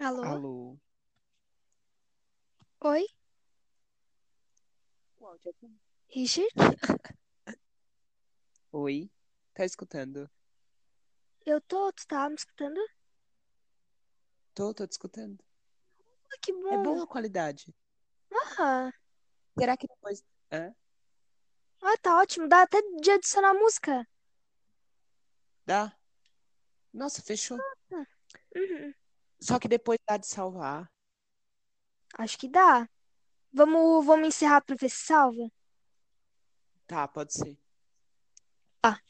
Alô? Alô. Oi? é Richard? Oi. Tá escutando? Eu tô, tu tá me escutando? Tô, tô te escutando. Ah, que bom. É boa a qualidade. Ah, Será que depois. Hã? ah, tá ótimo. Dá até de adicionar música. Dá? Nossa, fechou. Uhum. Só que depois dá de salvar. Acho que dá. Vamos, vamos encerrar pra ver se salva? Tá, pode ser. Tá.